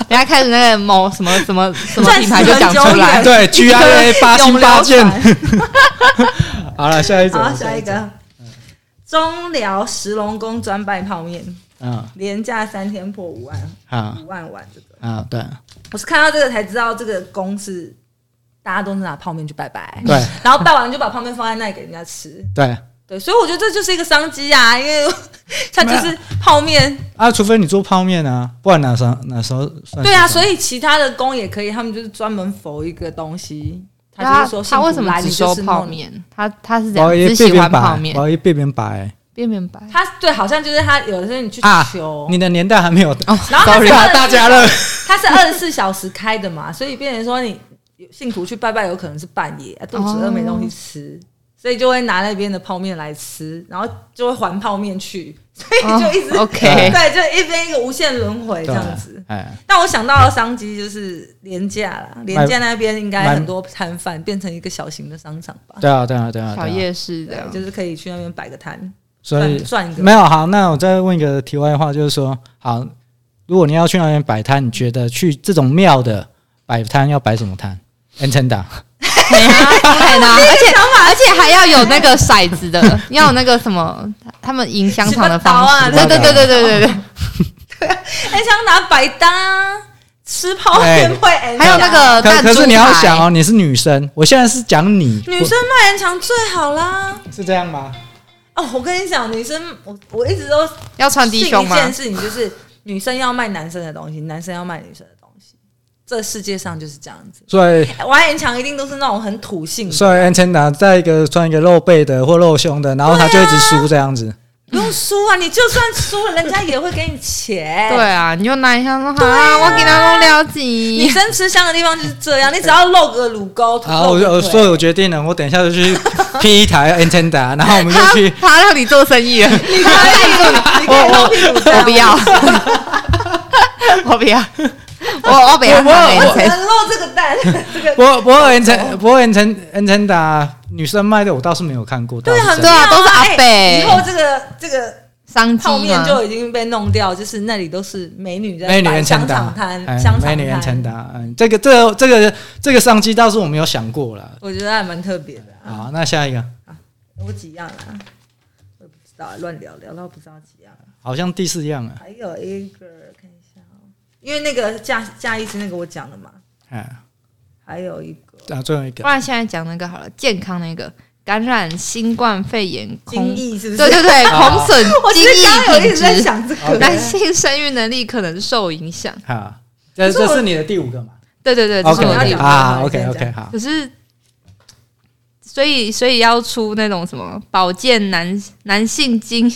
等一下开始那个某什么什么什么钻石品牌就讲出来很久对远。，GIA 八星八件永流。好了，下一 [LAUGHS] 组，哦好，下一个，中寮石龙宫专卖泡面，嗯，连价三天破五万好五万碗。这个啊，对我是看到这个才知道，这个宫是大家都是拿泡面去拜拜，对然后拜完就把泡面放在那里给人家吃。对对，所以我觉得这就是一个商机啊，因为 [LAUGHS] 它就是泡面。啊，除非你做泡面啊，不然哪时候哪时候算对啊，时候所以其他的宫也可以，他们就是专门否一个东西。他就是说他为什么只收泡泡？面？他他是这样，我哦也只变喜变欢白泡，面，我也变变白。变面白。他对，好像就是他有的时候你去啊求，你的年代还没有到，哦然后 [LAUGHS] 他打是扰大家了。他是二十四小时开的嘛， [LAUGHS] 所以变成说你信徒去拜拜有可能是半夜，啊、肚子饿没东西吃。所以就会拿那边的泡面来吃，然后就会还泡面去， [LAUGHS] 所以 [LAUGHS] 就一直、哦 [LAUGHS] OK 对，就一边一个无限轮回这对样子。哎，但我想到的商机就是廉价啦，廉价那边应该很多摊贩变成一个小型的商场吧，对啊，对啊，对啊，对小啊夜市这对，样，就是可以去那边摆个摊，所赚以赚一个。没有好。那我再问一个题外话，就是说，好，如果你要去那边摆摊，你觉得去这种庙的摆摊要摆什么摊？N 成档，对啊，对啊，而且而且还要有那个骰子的， [LAUGHS] 要有那个什么，他们赢香肠的方什式，么刀啊对对对对对对哦对，很想拿百搭吃泡面对会 N 还有那个呃啊可弹珠可是你要想台，哦，你是女生，我现在是讲你，女生卖人墙最好啦。我是这样吗？哦，我跟你讲，女生我我一直都要穿低胸信一吗？件事情就是女生要卖男生的东西，男生要卖女生的东西，这世界上就是这样子。所以玩人墙一定都是那种很土性的，所以 N 成档在一个穿一个露背的或露胸的，然后他就一直输这样子。不用输啊，你就算输了，人家也会给你钱。对啊，你就拿一下说好对啊啊，我给他弄了女解。生吃香的地方就是这样，你只要露个乳沟，好，露啊我个就我腿所以我决定了，我等一下就去 P 一台 N 成档， [LAUGHS] 然后我们就他 [LAUGHS] 去。 [LAUGHS] 他让你做生意了，你可以你可以露屁股这样 [LAUGHS] 我不要， [LAUGHS] 我不要，我我不要我我他只们。能露这个蛋，这个不过不过 N 成不过 N 成 N 成达女生卖的我倒是没有看过，对，倒是很真对的啊妙都是阿伯哎以后这个这个商机泡面嘛，就已经被弄掉，就是那里都是美女在美女摆人香成肠达，摊、哎香肠美摊，女人成达，嗯，这个这个这个这个商机倒是我没有想过了。我觉得还蛮特别的、啊。好，那下一个我几样啊？我也不知道，乱聊聊到不知道几样。好像第四样了，还有一个看一下哦，因为那个驾驾医师那个我讲了嘛，哎，还有一个啊，最后一不个然现在讲那个好了，健康那个感染新冠肺炎精空，益是不是？对对对，啊空损 [LAUGHS] 我其精实刚刚有益一品直在质，哦想这好个，男性生育能力可能受影响。好，这可是我这是你的第五个嘛对对对，这是？OK 我的要 OK 意讲思。啊我，OK 先 OK 好，可是，所以所以要出那种什么保健男男性精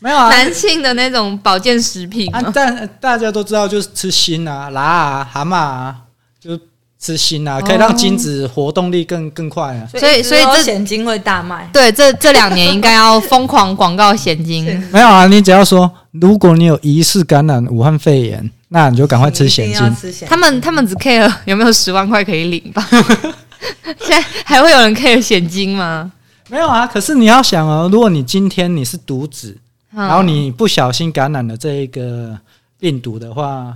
没有啊。男性的那种保健食品啊吗，但大家都知道，就是吃锌啊、拉啊、蛤蟆啊，就是吃锌啊，可以哦让精子活动力更更快啊。所以所以这险金会大卖。对，这这两年应该要疯狂广告现金。没有啊，你只要说，如果你有疑似感染武汉肺炎，那你就赶快吃一咸定要精。吃咸他们他们只 care 有没有十万块可以领吧？ [LAUGHS] 现在还会有人 care 现金吗？没有啊，可是你要想哦，如果你今天你是独子，嗯然后你不小心感染了这一个病毒的话，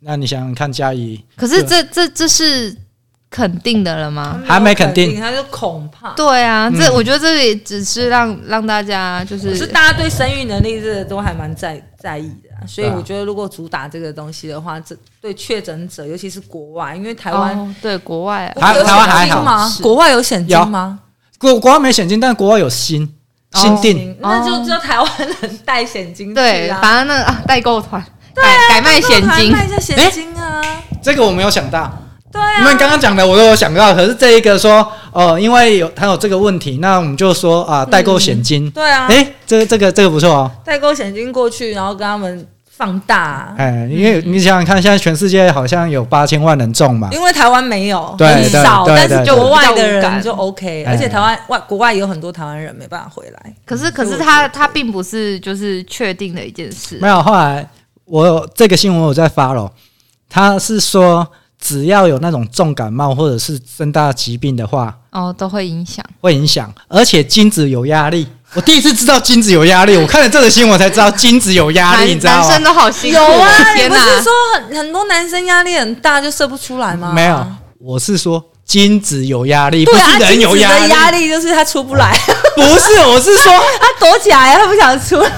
那你想想看，嘉怡可是这这这是肯定的了吗？还没肯定他就恐怕。对啊，嗯这我觉得这也只是让让大家就可是是大家对生育能力这个都还蛮在在意的、啊，所以对啊我觉得如果主打这个东西的话，这对确诊者，尤其是国外，因为台台湾、哦、对国外国外台有台湾还险金好吗？是国外有险金吗？国国外没险金，但国外有锌，哦锌锭。嗯那就只有台湾人带险金去对，啊，反正那个啊代购团改改卖现那我们金来卖一下现金啊，这个我没有想到。对 [LAUGHS] 啊，你们刚刚讲的我都有想到，可是这一个说，哦，因为有他有这个问题，那我们就说啊，代购险金，对啊，哎、这个这个这个不错哦，代购险金过去，然后跟他们放大啊、哎，因为你想想看，现在全世界好像有八千万人中嘛，因为台湾没有，对很少，对对但是对就国外的比较无感人就 OK，哎而且台湾外国外也有很多台湾人没办法回来，可是可是他他并不是就是确定的一件事没有。后来我有这个新闻我在发了，他是说只要有那种重感冒或者是重大疾病的话，哦，都会影响。会影响，而且精子有压力。我第一次知道精子有压力，我看了这个新闻才知道精子有压力，你男知道男吗生？都好辛苦有哦，啊，[LAUGHS] 你天不哪！是说很很多男生压力很大就射不出来吗？没有，我是说精子有压力，不啊对啊，是人有精压子的力，压力就是他出不来， [LAUGHS] 不是，我是 [LAUGHS] 说，他躲起来，他不想出来。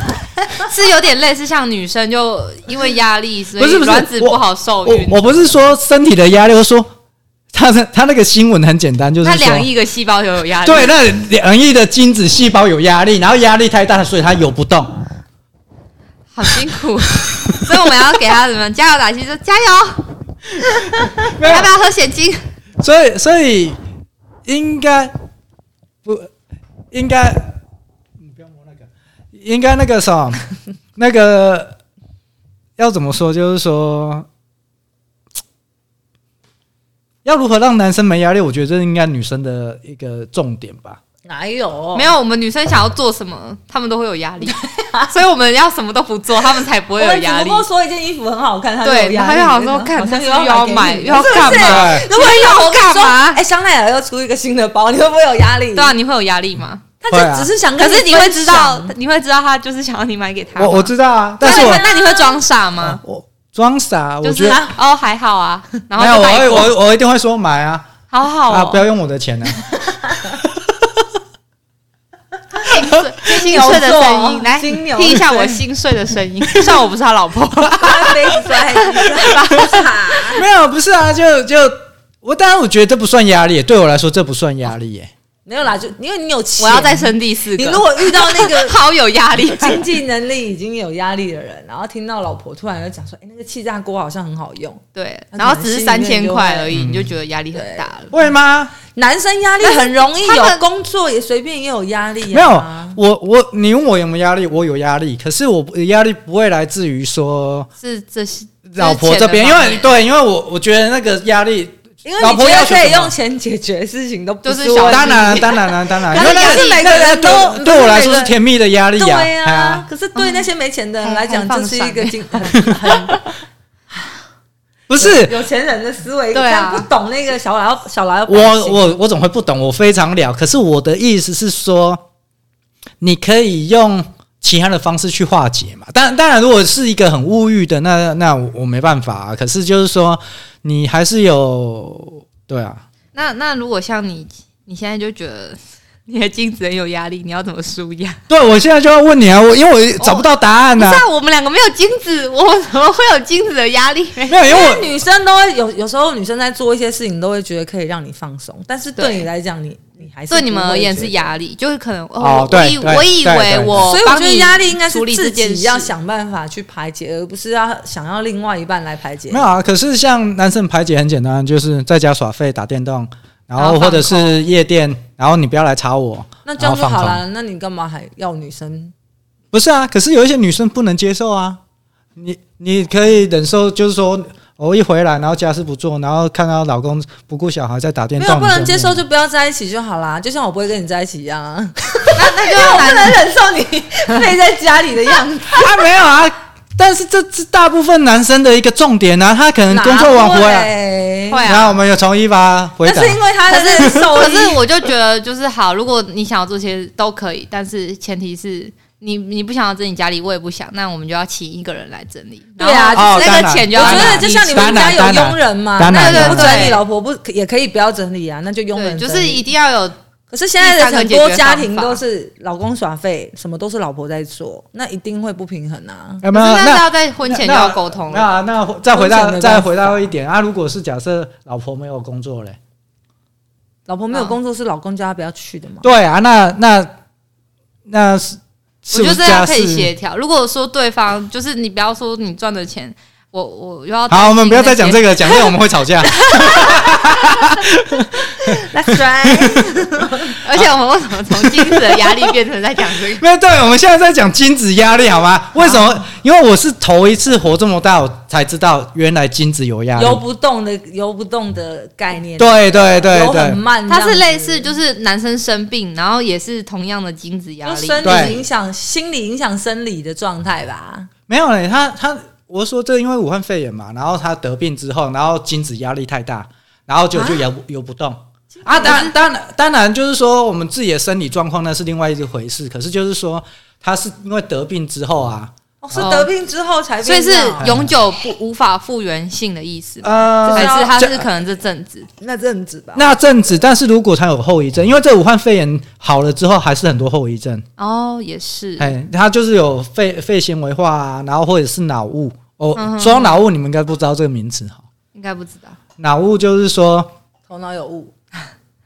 是有点类似像女生就因为压力，所不以是不是卵子不好受我孕。我不是说身体的压力，我说他的他那个新闻很简单，就是那说两亿个细胞就有压力，对，那两亿的精子细胞有压力，然后压力太大，所以它游不动。好辛苦。所以我们要给他什么加油打气，说加油，没有要不要喝现金？所以所以应该不应该，你不要摸那个，应该那个什么，那个要怎么说？就是说，要如何让男生没压力？我觉得这应该女生的一个重点吧。哪有没有，我们女生想要做什么，她们都会有压力，所以我们要什么都不做，啊她们才不我会有们只压不力。过说一件衣服很好看，他就有对，压她力就好说，了看好她像是又又要买给你又要干是不是嘛？对，如果又要干嘛哎，香奈儿又出一个新的包，你会不会有压力？对啊，你会有压力吗？他会啊就只是想可跟是你你会分知道享，你会知道她就是想要你买给她吗。我我知道啊，那但是你我会那你会装傻吗？我装傻，我就觉是得啊哦还好啊，然后没有，就带我过会我我一定会说买啊好好啊，哦不，要用我的钱啊。心碎的声 [LAUGHS] 音，金牛座来金牛听一下我心碎的声 [LAUGHS] 音。虽然我不是他老婆，他杯子摔傻。 [LAUGHS] 没有，不是啊，就就我当然我觉得这不算压力，对我来说这不算压力耶。没有啦，就因为你有 [LAUGHS] 钱，我要再生第四个。你如果遇到那 [LAUGHS] 个好有压力，经济能力已经有压力的人，然后听到老婆突然就讲说：“哎、那个气炸锅好像很好用。对，那然后只是可能三心里面千就会块而已，嗯你就觉得压力很大了。会吗？”男生压力很容易但是他有，们工作也随便也有压力、没有啊。，我我你问我有没有压力，我有压力，可是我不压力不会来自于说是这些老婆这边，之因前的方为面对，因为我我觉得那个压力，因为老你婆觉要得求可什以么用钱解决的事情都不就是问小题当然啊当然了，当然，因为那但个是每个那人都对对我来说是甜蜜的压力呀，对啊哎呀哎可是对那些没钱的人来讲，还还这是一个放经很很不是有钱人的思维，对啊这样不懂那个小老小老百姓 [LAUGHS] 我我我总会不懂，我非常了。可是我的意思是说，你可以用其他的方式去化解嘛。当当然，如果是一个很物欲的，那那我我没办法、啊。可是就是说，你还是有对啊，那那如果像你，你现在就觉得 [LAUGHS] 你的精子很有压力，你要怎么舒压？对我现在就要问你啊，我因为我找不到答案不是啊，啊，我们两个没有精子，我怎么会有精子的压 [LAUGHS] 力？没有，因因为为我女生都会有，有时候女生在做一些事情都会觉得可以让你放松，但是对对你来讲，你你还是对你们而言不会是觉得。压力，就是可能哦哦，我对以对我以为对我所以哦我帮觉得你压力应该是处理这自件己事要想办法去排解，而不是要想要另外一半来排解没。有啊。可是像男生排解很简单，就是在家耍废、打电动，然然后后或者放空是夜店，然后你不要来查我，那这样就然后好放空了，那你干嘛还要女生？不是啊，可是有一些女生不能接受啊。你你可以忍受，就是说我一回来，然后家事不做，然后看到老公不顾小孩在打电没动，有不能你接受就不要在一起就好啦，就像我不会跟你在一起一样 [LAUGHS] 啊，那那就要不男能忍受你 [LAUGHS] 废在家里的样子。啊，没有啊。但是这是大部分男生的一个重点啊，他可能工作完回来，来会然后啊。我们有从一发回那答是，因为他可的是受可力是我就觉得就是好，如果你想要做些都可以，但是前提是你你不想要整理家里，我也不想，那我们就要请一个人来整理。对啊然后就是那当个然钱就我要当觉然得拿就像你们家有佣人嘛，当那然人不当然整理，对老婆不也可以不要整理啊，那就佣人对，整就理是一定要有可是现在的很多家庭都是老公耍废，什么都是老婆在做，那一定会不平衡啊。有没可有？是那是那要在婚前就那要沟通了。那那那再回婚前到没办法再回到一点啊，如果是假设老婆没有工作嘞，老婆没有嗯工作是老公叫她不要去的嘛？对啊，那那那是是不我觉得是这家样可事以协调。如果说对方就是你不要说你赚的钱，我我又要好，我们不要再讲个。 [LAUGHS] 这个，讲这个我们会吵 [LAUGHS] 架。 That's right，而且我们为什么从精子的压力变成在讲这 [LAUGHS] 个？没有对，我们现在在讲精子压力，好吗？为什么？因为我是头一次活这么大，我才知道原来精子有压力。游不动的游不动的概念，对对对游很对，慢这它样子，是类似就是男生生病，然后也是同样的精子压就力。生对理影响、心理影响生理的状态吧。没有嘞，他他我说这因为武汉肺炎嘛，然后他得病之后，然后精子压力太大，然后就就游游不动。啊，当然当然当然，就是说我们自己的生理状况那是另外一回事，可是就是说他是因为得病之后啊，哦，是得病之后才所以变是这样，永久不无法复原性的意思吗，呃，还是他这是可能这阵子那阵子吧。那阵子，但是如果他有后遗症，因为这武汉肺炎好了之后，还是很多后遗症。哦，也是哎，它就是有肺肺纤维化啊，然后或者是脑雾。哦，嗯哼说到脑雾，你们应该不知道这个名词哈。应该不知道，脑雾就是说，头脑有雾，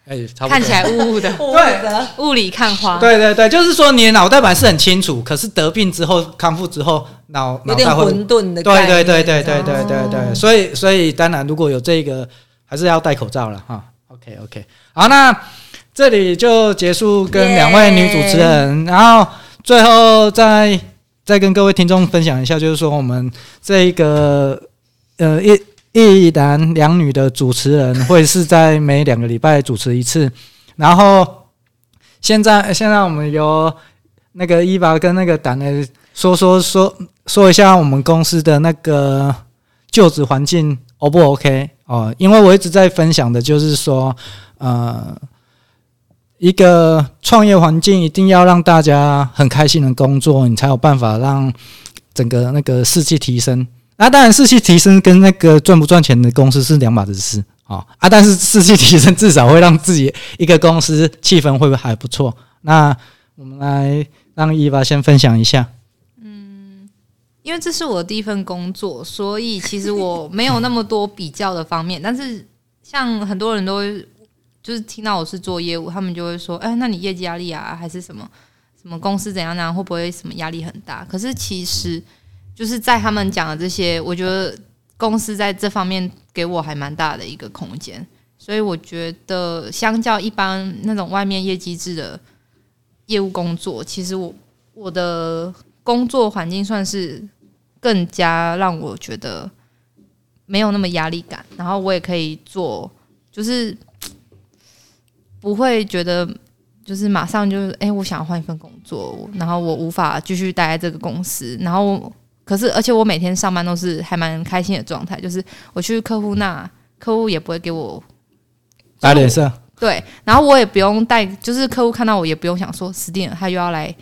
哎、差不多看起来雾雾的，雾的。雾里看 [LAUGHS] 花。对对对，就是说你的脑袋板是很清楚，可是得病之后康复之后，脑有脑点袋会混沌的对概念。对哦对对对对对对，所以所以当然如果有这个还是要戴口罩了哈。OK OK，好，那这里就结束跟两位女主持人，然后最后再再跟各位听众分享一下，就是说我们这一个呃一一男两女的主持人会是在每两个礼拜主持一次，然后现在现在我们由那个伊娃跟那个胆的说说说说一下我们公司的那个就职环境 O 不 OK 哦？因为我一直在分享的就是说，呃，一个创业环境一定要让大家很开心的工作，你才有办法让整个那个士气提升。啊，当然士气提升跟那个赚不赚钱的公司是两码子事哦。啊，但是士气提升至少会让自己一个公司气氛会不会还不错？那我们来让伊娃先分享一下。因为这是我第一份工作，所以其实我没有那么多比较的方面。但是像很多人都会就是听到我是做业务，他们就会说：“哎，那你业绩压力啊，还是什么什么公司怎样怎样，会不会什么压力很大？”可是其实就是在他们讲的这些，我觉得公司在这方面给我还蛮大的一个空间。所以我觉得，相较一般那种外面业绩制的业务工作，其实我我的工作环境算是更加让我觉得没有那么压力感，然后我也可以做，就是嗯不会觉得就是马上就是哎、诶我想换一份工作，然后我无法继续待在这个公司，然后我可是而且我每天上班都是还蛮开心的状态，就是我去客户那，客户也不会给我打脸色，对，然后我也不用带，就是客户看到我也不用想说死定了，他又要来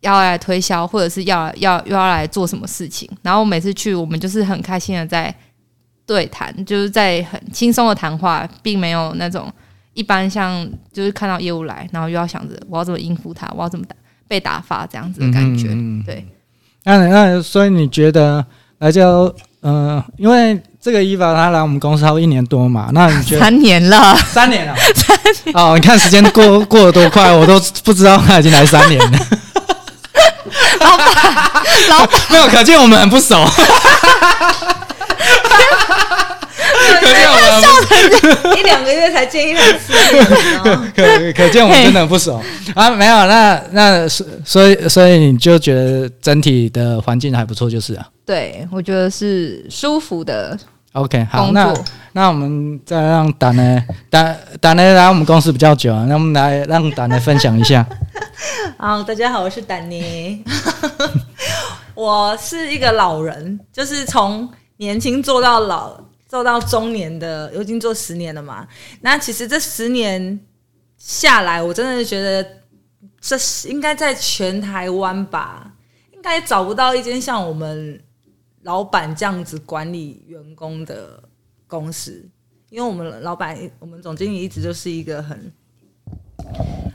要来推销，或者是要要又要来做什么事情。然后每次去，我们就是很开心的在对谈，就是在很轻松的谈话，并没有那种一般像就是看到业务来，然后又要想着我要怎么应付他，我要怎么打被打发这样子的感觉。嗯嗯嗯嗯对，那那所以你觉得来就嗯、呃因为这个伊娃她来我们公司超一年多嘛，那你觉得三年了，三年了？三年哦，你看时间过过得多快，我都不知道她已经来三年了。老 [LAUGHS] 没有，可见我们很不熟。 [LAUGHS] 可见我们很不 [LAUGHS] 一两个月才见一两次面，然后可可见我们真的很不熟啊！没有，那那所所以所以你就觉得整体的环境还不错，就是啊。 [LAUGHS] 对我觉得是舒服的 OK，好，工那作。那我们再让胆呢，胆胆呢来我们公司比较久啊，那我们来让胆呢分享一下。 [LAUGHS] 好，啊大家好，我是丹妮， [LAUGHS] 我是一个老人，就是从年轻做到老，做到中年的，我已经做十年了嘛。那其实这十年下来，我真的觉得这是应该在全台湾吧，应该找不到一间像我们老板这样子管理员工的公司，因为我们老板，我们总经理一直就是一个很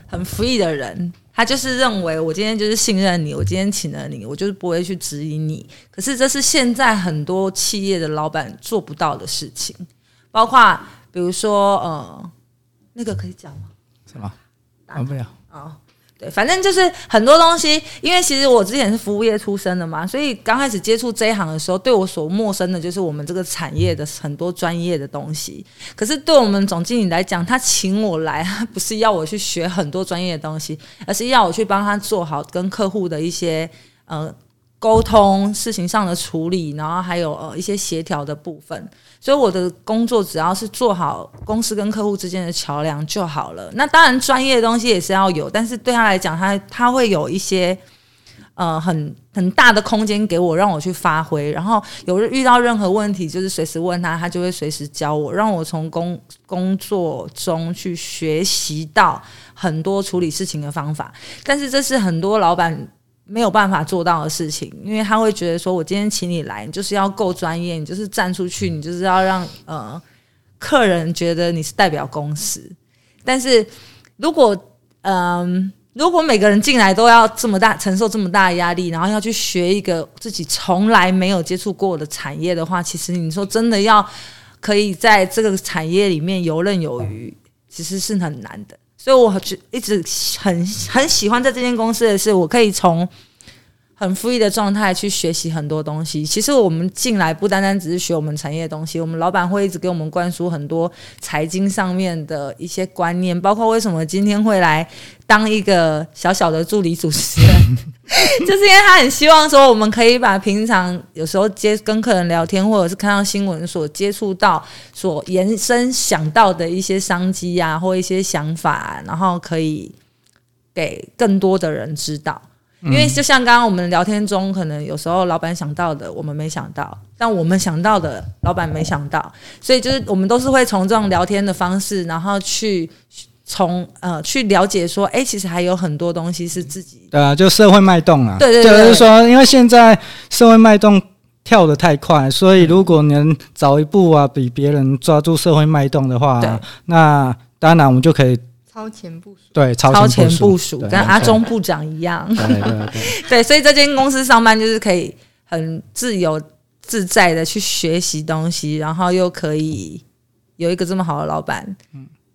很 free 的人，他就是认为我今天就是信任你，我今天请了你，我就是不会去质疑你。可是这是现在很多企业的老板做不到的事情，包括比如说呃，那个可以讲吗？什么？啊，不了。哦，对，反正就是很多东西，因为其实我之前是服务业出身的嘛，所以刚开始接触这一行的时候，对我所陌生的就是我们这个产业的很多专业的东西。可是对我们总经理来讲，他请我来，他不是要我去学很多专业的东西，而是要我去帮他做好跟客户的一些呃沟通、事情上的处理，然后还有呃一些协调的部分。所以我的工作只要是做好公司跟客户之间的桥梁就好了。那当然，专业的东西也是要有，但是对他来讲，他他会有一些呃很很大的空间给我，让我去发挥。然后有遇到任何问题，就是随时问他，他就会随时教我，让我从工工作中去学习到很多处理事情的方法。但是这是很多老板。没有办法做到的事情，因为他会觉得说，我今天请你来，你就是要够专业，你就是站出去，你就是要让呃客人觉得你是代表公司。但是如果嗯、如果每个人进来都要这么大承受这么大的压力，然后要去学一个自己从来没有接触过的产业的话，其实你说真的要可以在这个产业里面游刃有余，其实是很难的。所以我就一直很很喜欢在这间公司的是，我可以从很 free 的状态去学习很多东西。其实我们进来不单单只是学我们产业的东西，我们老板会一直给我们灌输很多财经上面的一些观念，包括为什么今天会来当一个小小的助理主持人， [LAUGHS] 就是因为他很希望说我们可以把平常有时候接跟客人聊天，或者是看到新闻所接触到、所延伸想到的一些商机啊，或一些想法啊，然后可以给更多的人知道。因嗯为就像刚刚我们聊天中，可能有时候老板想到的我们没想到，但我们想到的老板没想到，所以就是我们都是会从这种聊天的方式，然后去从呃去了解说，哎，其实还有很多东西是自己对啊，就社会脉动啊，对对对就是说，因为现在社会脉动跳得太快，所以如果能早一步啊，比别人抓住社会脉动的话、对那当然我们就可以超前部署。对超超前前部部署，署，对跟阿，中部长一样。 [LAUGHS] 没错对对对，对，所以这间公司上班就是可以很自由自在的去学习东西，然后又可以有一个这么好的老板，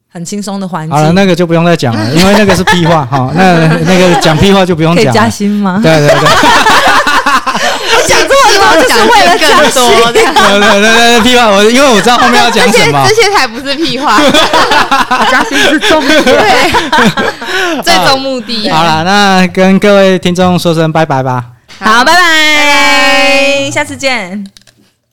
很轻松的环嗯好了，境，那个就不用再讲了，因为那个是屁话哈、那那个讲屁话就不用可以讲加了。薪吗？对对对对讲这么多就是为了更多的。对对对，屁话！我因为我知道后面要讲这什些么这，些才不是屁 [LAUGHS] 话，加薪是重点。对，最终目的。好了，那跟各位听众说声拜拜吧。好，拜拜，下次见。